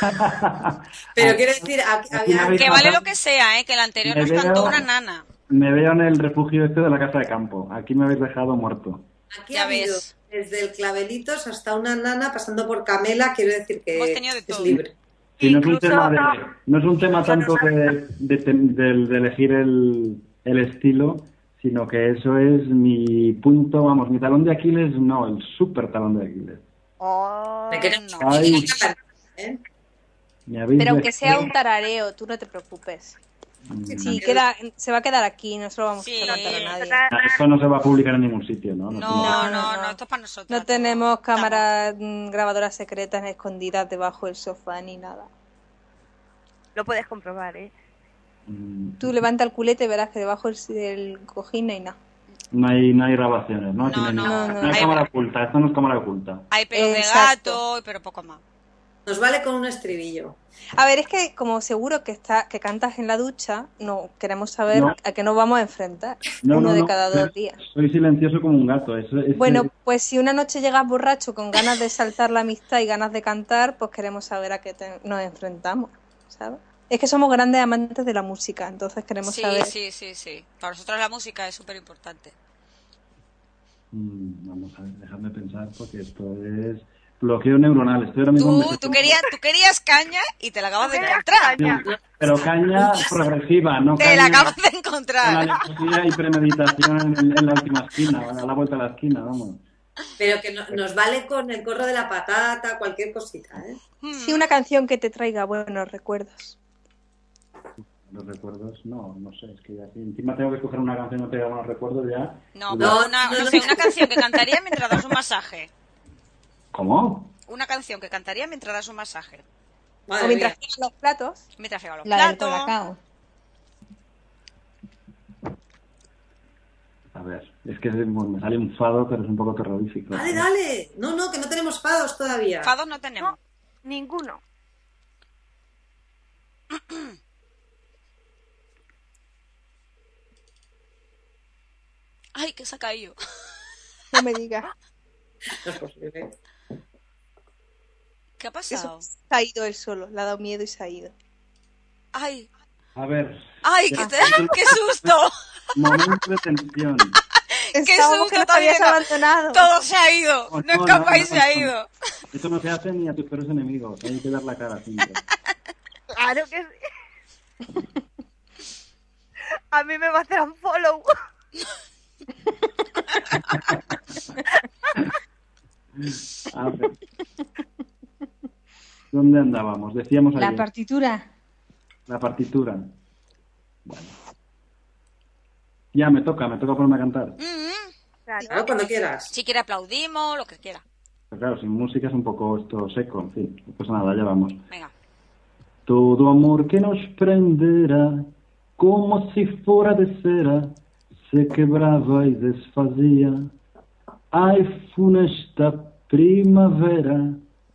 Ah, Pero quiero decir, a- había- habéis- Que vale lo que sea, ¿eh? Que la anterior Me nos veo- cantó una nana. Me veo en el refugio este de la casa de campo. Aquí me habéis dejado muerto. aquí Ya ha habido ves. desde el clavelitos hasta una nana pasando por Camela, quiero decir que Hemos tenido de es todo. libre. Y no es un Incluso tema, de- no. no es un tema tanto Incluso no. de, de tem- del- de elegir el, el estilo, sino que eso es mi punto, vamos, mi talón de Aquiles, no, el súper talón de Aquiles. Oh, Me quedo- no. Ay, ¿eh? me habéis Pero aunque dejado- sea un tarareo, tú no te preocupes. Mm, Sí, queda, se va a quedar aquí, no se lo vamos Sí. a contar a nadie. Esto no se va a publicar en ningún sitio, ¿no? No, No no, no, no, no. esto es para nosotros. No tenemos cámaras mm, grabadoras secretas escondidas debajo del sofá ni nada. Lo puedes comprobar, ¿eh? se- mm, Tú levanta el culete y verás que debajo del, del cojín no hay nada. Mm, no hay, no hay grabaciones, ¿no? Aquí No, no, hay no, nada. no, No hay no. cámara oculta, esto no es cámara oculta. Hay pelos de Exacto. gato, pero poco más. Nos vale con un estribillo. A ver, es que como seguro que está que cantas en la ducha, no queremos saber No. a qué nos vamos a enfrentar. No, uno no, de no, cada pero dos días. Soy silencioso como un gato. Eso, es- Bueno, pues si una noche llegas borracho con ganas de saltar la amistad y ganas de cantar, pues queremos saber a qué te- nos enfrentamos, ¿sabes? Es que somos grandes amantes de la música, entonces queremos Sí, saber. sí, sí, sí. Para nosotros la música es súper importante. Mm, Vamos a ver, dejadme pensar porque esto es bloqueo neuronal. Estoy ahora mismo en Tú, depresión. tú, querías, tú querías caña y te la acabas de encontrar. Pero caña progresiva, no Te la caña acabas de con encontrar. alevosía y premeditación en, en la última esquina, a la vuelta de la esquina, vamos. Pero que no- nos vale con el gorro de la patata, cualquier cosita, ¿eh? Hmm. Sí, una canción que te traiga buenos recuerdos. Los recuerdos, no, no sé, es que ya si encima tengo que escoger una canción no te da unos recuerdos ya. No, ya- pero una, no sé, una canción que cantaría mientras das un masaje. ¿Cómo? Una canción que cantaría mientras das un masaje. Madre o mía. mientras tiras los platos, Mientras fregaba los La del platos. colacao. A ver, es que bueno, me sale un fado, pero es un poco terrorífico. Dale, dale. No, no, que no tenemos fados todavía. Fados no tenemos. Ninguno. Ay, que se ha caído. no me digas. No es posible. ¿Qué ha Eso pasado? se ha ido él solo, le ha dado miedo y se ha ido. Ay, A ver, ay, que te- qué susto. momento de tensión. Pensábamos que susto, nos todavía habías no. abandonado. Todo se ha ido. No, No no, escapáis, no, se ha no. ido. Eso no se hace ni a tus peores enemigos, hay que dar la cara siempre. Claro que sí. A mí me va a hacer un follow. A ver. ¿Dónde andábamos? Decíamos ayer, La la, partitura. partitura. Bueno. Ya me toca, me toca ponerme a cantar. Mm, mm. Claro. Claro, cuando quieras. Si quiere aplaudimos, lo que quiera. Pero claro, sin música es un poco esto seco, en fin. Pues nada, ya vamos. Venga. Todo amor que nos prenderá, como si fuera de cera, se quebraba y desfazía. Ay, funesta primavera,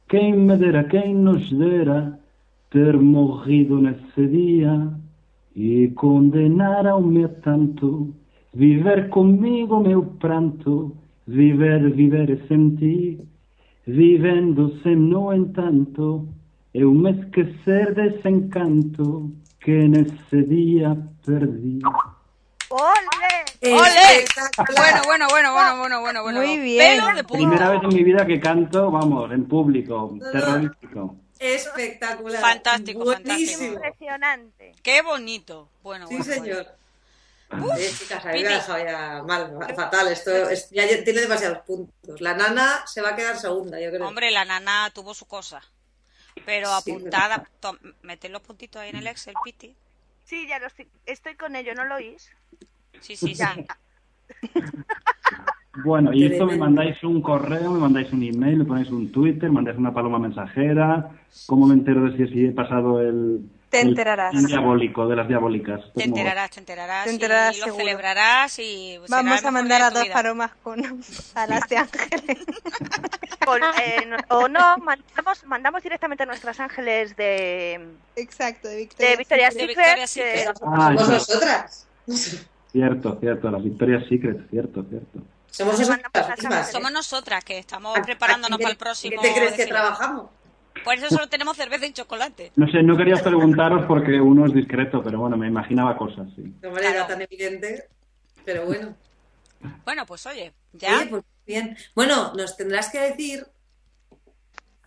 quem me dera, quem nos dera, ter morrido nesse dia e condenaram-me a tanto, viver comigo meu pranto, viver, viver sem ti, vivendo sem, no entanto, eu me esquecer desse encanto que nesse dia perdi. ¡Ole! ¡Ole! Espectacular. Bueno, bueno, bueno, bueno, bueno, bueno, bueno. Muy bien. Pelos de punta. Primera vez en mi vida que canto, vamos, en público, terrorífico. Espectacular. Fantástico, Buenísimo. fantástico. Impresionante. Qué bonito. Bueno, Sí, bueno, bueno. señor. Eh, chicas, a mí me ha dejado ya mal, ma- fatal. Esto es- ya ya tiene demasiados puntos. La nana se va a quedar segunda, yo creo. Hombre, la nana tuvo su cosa. Pero Sí, apuntada, to- meter los puntitos ahí en el Excel, Piti. Sí, ya lo estoy, estoy con ello, ¿no lo oís? Sí, sí, sí. Ya. Bueno, y esto me Tremendo. mandáis un correo, me mandáis un email, me ponéis un Twitter, mandáis una paloma mensajera. ¿Cómo me entero de si, si he pasado el, Te el enterarás. plan diabólico de las diabólicas? Pues Te ¿Cómo? enterarás, te enterarás. Te enterarás y lo seguro. celebrarás y Pues será el Vamos mejor a mandar día a de tu dos vida. palomas con alas de ángeles. O, eh, no- o no, mandamos, mandamos directamente a nuestras ángeles de, Exacto, de Victoria. de Victoria's De Secret. Victoria's que- Secret. Pero Ah, somos ya. nosotras. Cierto, cierto, las victorias secret, cierto, cierto. Le Somos mandamos nosotras las mismas. cámaras. Somos nosotras que estamos ¿A- a preparándonos quién para el te- próximo. ¿Qué te crees que desfile. trabajamos? Por eso solo tenemos cerveza y chocolate. No sé, no quería preguntaros porque uno es discreto, pero bueno, me imaginaba cosas, sí. No me era Claro. tan evidente, pero bueno. Bueno, pues oye, ya. Oye, pues bien. Bueno, nos tendrás que decir.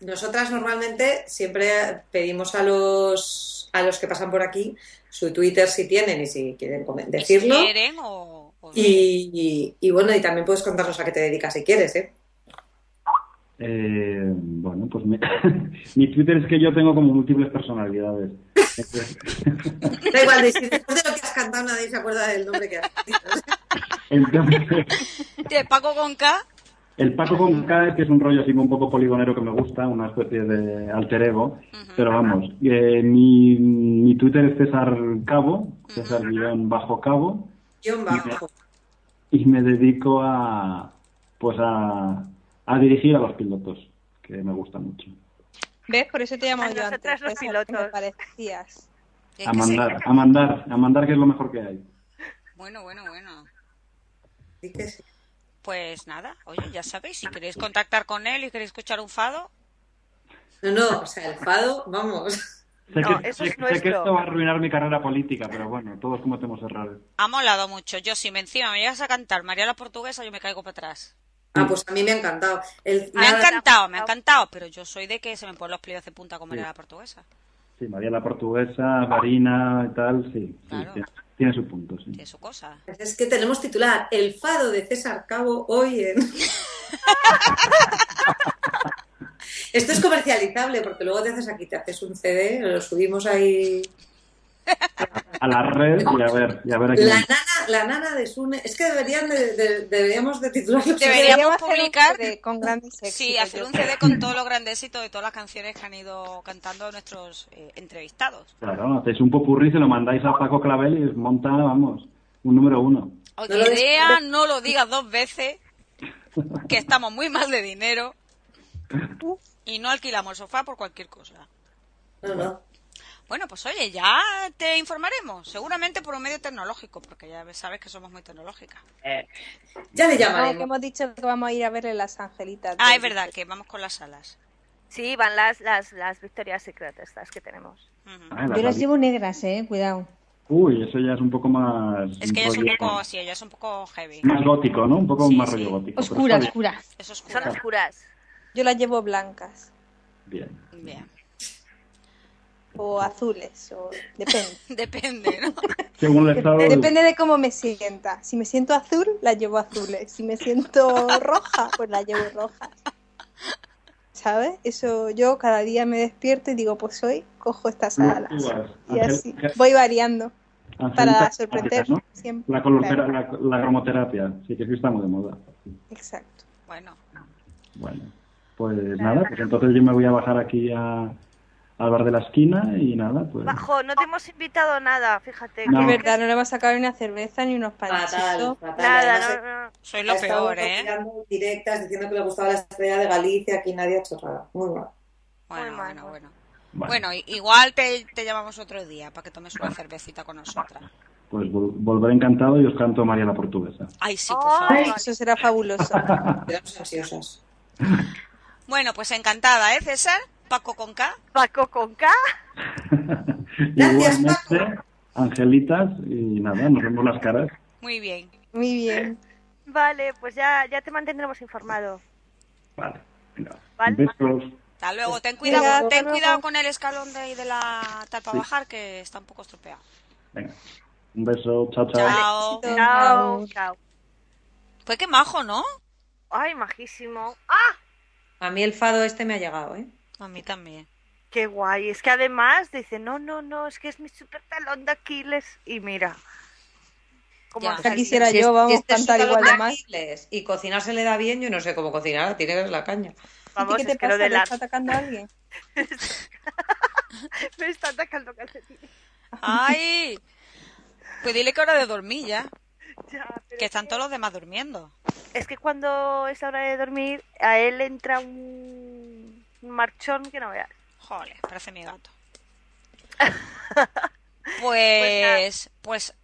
Nosotras normalmente siempre pedimos a los a los que pasan por aquí su Twitter si tienen y si quieren comen- y si decirlo. quieren o. o- Y, y- y bueno, y también puedes contarnos a qué te dedicas si quieres, ¿eh? Eh, bueno, pues mi, mi Twitter es que yo tengo como múltiples personalidades. Entonces, Da igual, de- si después de lo que has cantado nadie se acuerda del nombre que has dicho. entonces, Te Paco con K. el Paco con K, que es un rollo así como un poco poligonero que me gusta, una especie de alter ego, pero vamos, eh, mi, mi Twitter es César Cabo, César guión bajo Cabo, Guión bajo. y me dedico a, pues a, a dirigir a los pilotos, que me gusta mucho. ¿Ves? Por eso te llamo A yo antes. nosotras los por eso pilotos. Me parecías. Es A Eh, que se- mandar, a mandar, a mandar que es lo mejor que hay. Bueno, bueno, bueno. Di que sí. Pues nada, oye, ya sabéis, si queréis contactar con él y queréis escuchar un fado, No, no, o sea, el fado, vamos. Sé, No, que, eso es sé- sé nuestro. que esto va a arruinar mi carrera política, pero bueno, todos cometemos errores. ha molado mucho. Yo, si me encima me llegas a cantar María la Portuguesa, yo me caigo para atrás. Ah, pues a mí me ha encantado. El- Me ha nada- encantado, me ha encantado, pero yo soy de que se me ponen los pliegues de punta con María Sí. la Portuguesa. Sí, María la Portuguesa, Marina y tal, sí. sí, Claro. tiene, tiene su punto, sí. Tiene su cosa. Es que tenemos titular El fado de César Cabo hoy en. Esto es comercializable porque luego te haces aquí, te haces un CD, lo subimos ahí. A la red y a ver, y a ver a quién- La nana, la nana de Sune. Es que deberían de- de- deberíamos de titularlo. Debería- Deberíamos hacer un publicar- CD con grandes éxitos. Sí, hacer yo un creo. CD con todos los grandes éxitos de todas las canciones que han ido cantando nuestros eh, entrevistados. Claro, hacéis un popurrí, se lo mandáis a Paco Clavel y os monta, vamos, un número uno. Oye, No lo des- idea, no lo digas dos veces, que estamos muy mal de dinero y no alquilamos el sofá por cualquier cosa. No, no. Bueno, pues oye, ya te informaremos, seguramente por un medio tecnológico, porque ya sabes que somos muy tecnológicas. Ya le No, que llamaremos. hemos dicho que vamos a ir a verle las angelitas. Ah, de- es verdad, que vamos con las alas. Sí, van las, las, las Victoria's Secret estas que tenemos. Ujú. Ah, la Yo las radio- llevo negras, eh, cuidado. Uy, eso ya es un poco más... Es que ella es un rollo- poco así, ella es un poco heavy. Más gótico, ¿no? Un poco Sí, más sí. rollo gótico. pero Oscura, está oscura. Es Son oscura. oscuras. Yo las llevo blancas bien. Bien. Bien. o azules, o depende. Depende, ¿no? Según el estado... Depende de cómo me sienta. Si me siento azul, la llevo azules. Si me siento roja, pues la llevo roja. ¿Sabes? Eso yo cada día me despierto y digo, pues hoy cojo estas Tú- alas. tú vas, Y Ángel- así voy variando Ángel- para Ángel- sorprender ¿no? siempre. La, colortera- la, la cromoterapia, sí que sí está muy de moda. Claro, exacto. Bueno, Bueno, pues nada, pues entonces yo me voy a bajar aquí a, al bar de la esquina y nada, pues... Bajo, no te hemos invitado nada, fíjate. No. Es que- verdad, no le hemos sacado ni una cerveza ni unos Fatal, panchitos. fatal. Nada, Además, eh, no, no. soy ha lo estado peor, ¿eh? tirando directas diciendo que le gustaba la estrella de Galicia, aquí nadie ha chorrado. Muy mal. Bueno, Muy mal, bueno, bueno. Bueno, Bueno, i- igual te, te llamamos otro día para que tomes una cervecita con nosotras. pues vol- volveré encantado y os canto María la Portuguesa. Ay, sí, por favor. Ay. Eso será fabuloso. Quedamos ansiosas. Bueno, pues encantada, ¿eh, César? Paco con K. Paco con K. Gracias, Igualmente, Angelitas, y nada, nos vemos las caras. Muy bien. Muy bien. Vale, pues ya, ya te mantendremos informado. Vale, venga. Vale. Besos. Hasta luego. Ten Venga, cuidado, hasta ten luego. cuidado con el escalón de ahí de la tapa bajar que está un poco estropeado. Venga. Un beso, chao, chao. Chao. Chao, chao. Pues qué majo, ¿no? Ay, majísimo. ¡Ah! A mí el fado este me ha llegado, ¿eh? A mí también. Qué guay. Es que además dice, no, no, no, es que es mi super talón de Aquiles. Y mira. Como Ya. nos Ya quisiera Si es- yo, vamos si a este es cantar un igual de talón más. Aquiles Y cocinar se le da bien, yo no sé cómo cocinar, tiene que ver la caña. Vamos, ¿Qué te es que lo pasa? de ¿Le la... está atacando a alguien? Me está atacando calcetines. ¡Ay! Pues dile que hora de dormir ya, Ya, pero que están todos los demás durmiendo. Es que cuando es hora de dormir, a él entra un un marchón que no veas. Joder, parece mi gato. Pues Pues, pues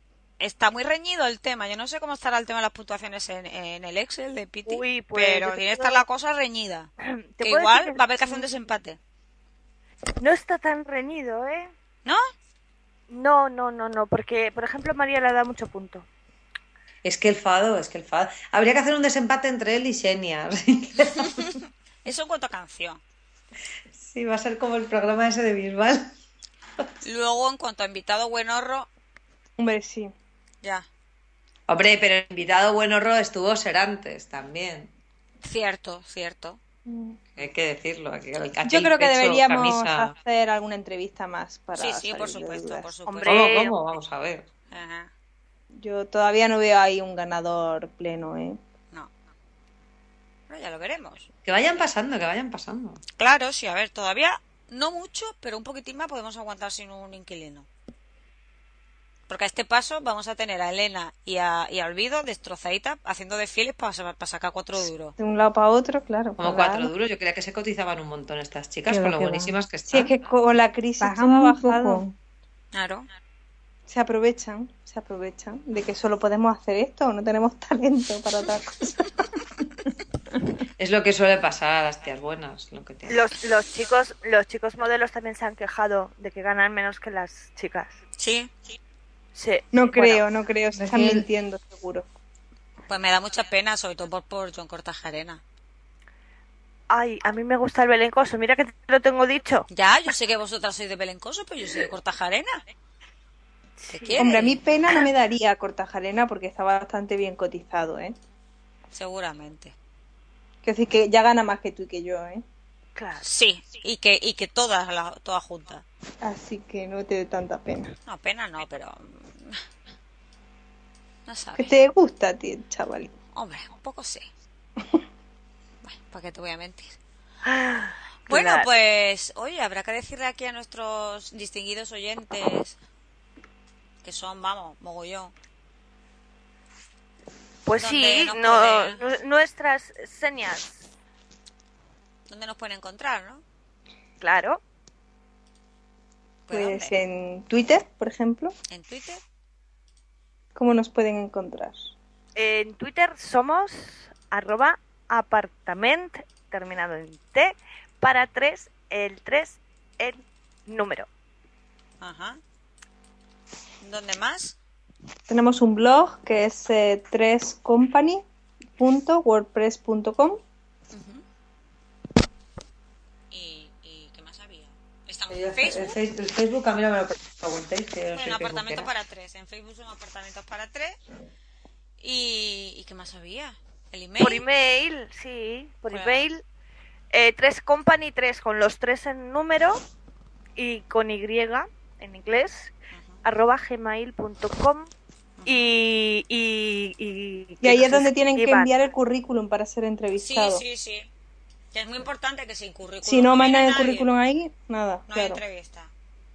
está muy reñido el tema. Yo no sé cómo estará el tema de las puntuaciones en, en el Excel de Piti, Uy, pues, pero yo tiene creo- que estar la cosa reñida. Te Que puedo igual decir que va a haber que hacer un desempate, No está tan reñido, ¿eh? ¿no? No, no, no, no, porque, por ejemplo, María le da mucho punto. Es que el fado, es que el fado. Habría que hacer un desempate entre él y Xenia. Eso en cuanto a canción. sí, va a ser como el programa ese de Bisbal. Luego, en cuanto a invitado buenorro, Hombre, sí. ya. Hombre, pero el invitado bueno Ro estuvo Serantes también. Cierto, cierto. Hay que decirlo. aquí el- aquí Yo el creo que pecho, deberíamos camisa. hacer alguna entrevista más para Sí, sí, por salir de supuesto, dudas. por supuesto. Hombre. ¿Cómo, cómo? Vamos a ver. Ajá, Yo todavía no veo ahí un ganador pleno, ¿eh? no. Bueno, ya lo veremos. Que vayan pasando, que vayan pasando. Claro, sí, a ver, todavía no mucho, pero un poquitín más podemos aguantar sin un inquilino. Porque a este paso vamos a tener a Elena y a, y a Olvido destrozaditas haciendo desfieles para, sacar cuatro duros. De un lado para otro, claro. Como claro. cuatro duros, yo creía que se cotizaban un montón estas chicas, Qué con va, lo qué va. buenísimas que Sí, están. es que con la crisis todo Bajamos ha un bajado. poco. Claro. Se aprovechan, se aprovechan de que solo podemos hacer esto, no tenemos talento para otra cosa. Es lo que suele pasar a las tías buenas, lo que te Los, los chicos, los chicos modelos también se han quejado de que ganan menos que las chicas. Sí, Sí. No bueno, creo, no creo, se Pues están sí. mintiendo seguro. pues me da mucha pena, sobre todo por, por John Cortajarena. Ay, a mí me gusta el belencoso. Mira que te lo tengo dicho. Ya, yo sé que vosotras sois de Belencoso, pero yo soy de Cortajarena. ¿Qué quieres? Hombre, a mí pena no me daría Cortajarena porque está bastante bien cotizado, ¿eh? Seguramente. Que decir que ya gana más que tú y que yo, ¿eh? Claro. Sí, y que, y que todas, las- todas juntas. Así que no te dé tanta pena. No, pena no, pero... mm, No sabes. Que Este- te gusta a ti, el chaval. Hombre, un poco sí. Bueno, ¿para qué te voy a mentir? Bueno, Ah, Claro. pues, oye, habrá que decirle aquí a nuestros distinguidos oyentes, que son, vamos, mogollón. Pues Donde sí, nos no, pueden- nu- nuestras señas. ¿Dónde nos pueden encontrar, no? Claro. eh, Pues, Pues ¿dónde? en Twitter, por ejemplo, ¿En Twitter? ¿cómo nos pueden encontrar? En Twitter somos arroba apartament, terminado en T, para 3, el 3, el número. Ajá. ¿Dónde más? Tenemos un blog que es eh, trescompany.wordpress.com. ¿Y, y qué más había? Estamos El en Face- el Facebook. Facebook, a mí no me lo preguntéis, que yo no Bueno, soy apartamento facebookera. para tres. En Facebook son apartamentos para tres. ¿Y, y qué más había? ¿El email? Por email, sí, por Bueno. email. Eh, 3 company 3 con los 3 en número y con Y en inglés, Ajá. arroba gmail.com. Y, y, y, Y que ahí es nos donde tienen que escriban. enviar el currículum para ser Sí, entrevistado. sí, sí. Que es muy importante que sin currículum. Si no mira mandan el nadie, currículum ahí, nada, No hay claro. entrevista.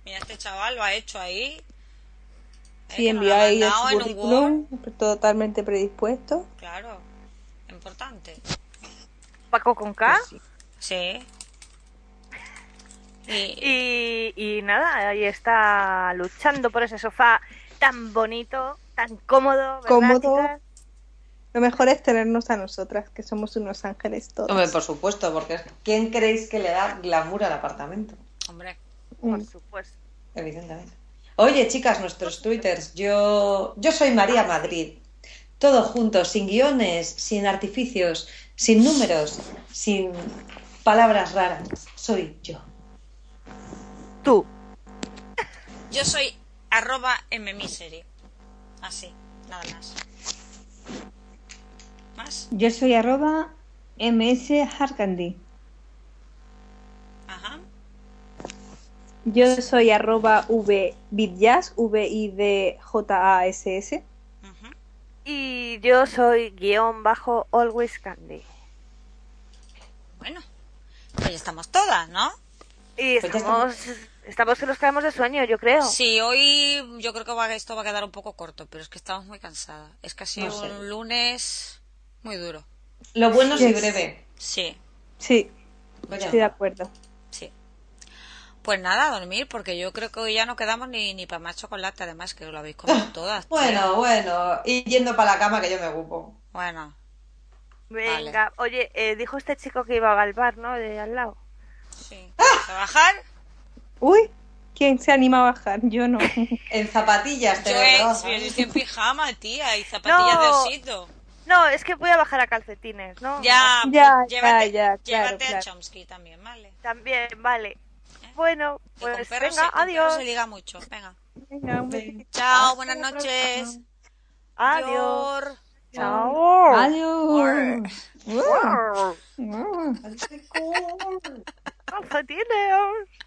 Mira, este chaval lo ha hecho ahí. Eh, Si que nos lo ha enviáis el mandado en un currículum totalmente predispuesto, Word, Claro. Importante. Paco con K. Pues Sí. Y, Y, y nada, ahí está luchando por ese sofá tan bonito, tan cómodo. ¿verdad, Cómodo. chicas? lo mejor es tenernos a nosotras, que somos unos ángeles todos. Hombre, por supuesto, porque ¿quién creéis que le da glamour al apartamento? hombre, Por Mm. supuesto. Evidentemente. Oye, chicas, nuestros twitters. Yo, yo soy María Madrid. Todo junto, sin guiones, sin artificios, sin números, sin palabras raras. Soy yo. Tú. yo soy arroba mmisery. Así, nada más. ¿Más? Yo soy arroba ms Harkandy. Ajá. Yo soy arroba vvidjazz, V-I-D-J-A-S-S. ujú. Y yo soy guión bajo Always Candy. Bueno, pues ya estamos todas, ¿no? Y Pues ya estamos, estamos que nos caemos de sueño, yo creo. Sí, hoy yo creo que va- esto va a quedar un poco corto, pero es que estamos muy cansadas. Es que ha sido No sé. un lunes muy duro. Lo bueno es y Yes. breve. Sí, Sí, Vaya. estoy de acuerdo. sí. Pues nada, a dormir, porque yo creo que hoy ya no quedamos ni, ni para más chocolate, además que lo habéis comido todas. tío. Bueno, bueno, y yendo para la cama que yo me ocupo. Bueno, Venga, oye, eh, dijo este chico que iba al bar, ¿no? De al lado. sí. ¿Vas a bajar? Uy, ¿quién se anima a bajar? Yo no. En zapatillas, te Yo, veo, he- ¿verdad? yo ¿eh? estoy en pijama, tía, y zapatillas de No. osito. No, es que voy a bajar a calcetines, ¿no? Ya, pues, Ya, ya, llévate, ya, claro, llévate a claro. Chomsky también, ¿vale? ¿Eh? También, vale. Bueno, Que con pues perros venga, se, con perros adiós. se liga mucho. Venga. Venga, un besito. Ven. Chao, buenas noches. Ah, Adiós. Adiós. Chao. Adiós. Uah, Adiós. uah. Ay, qué cool. Calcetines.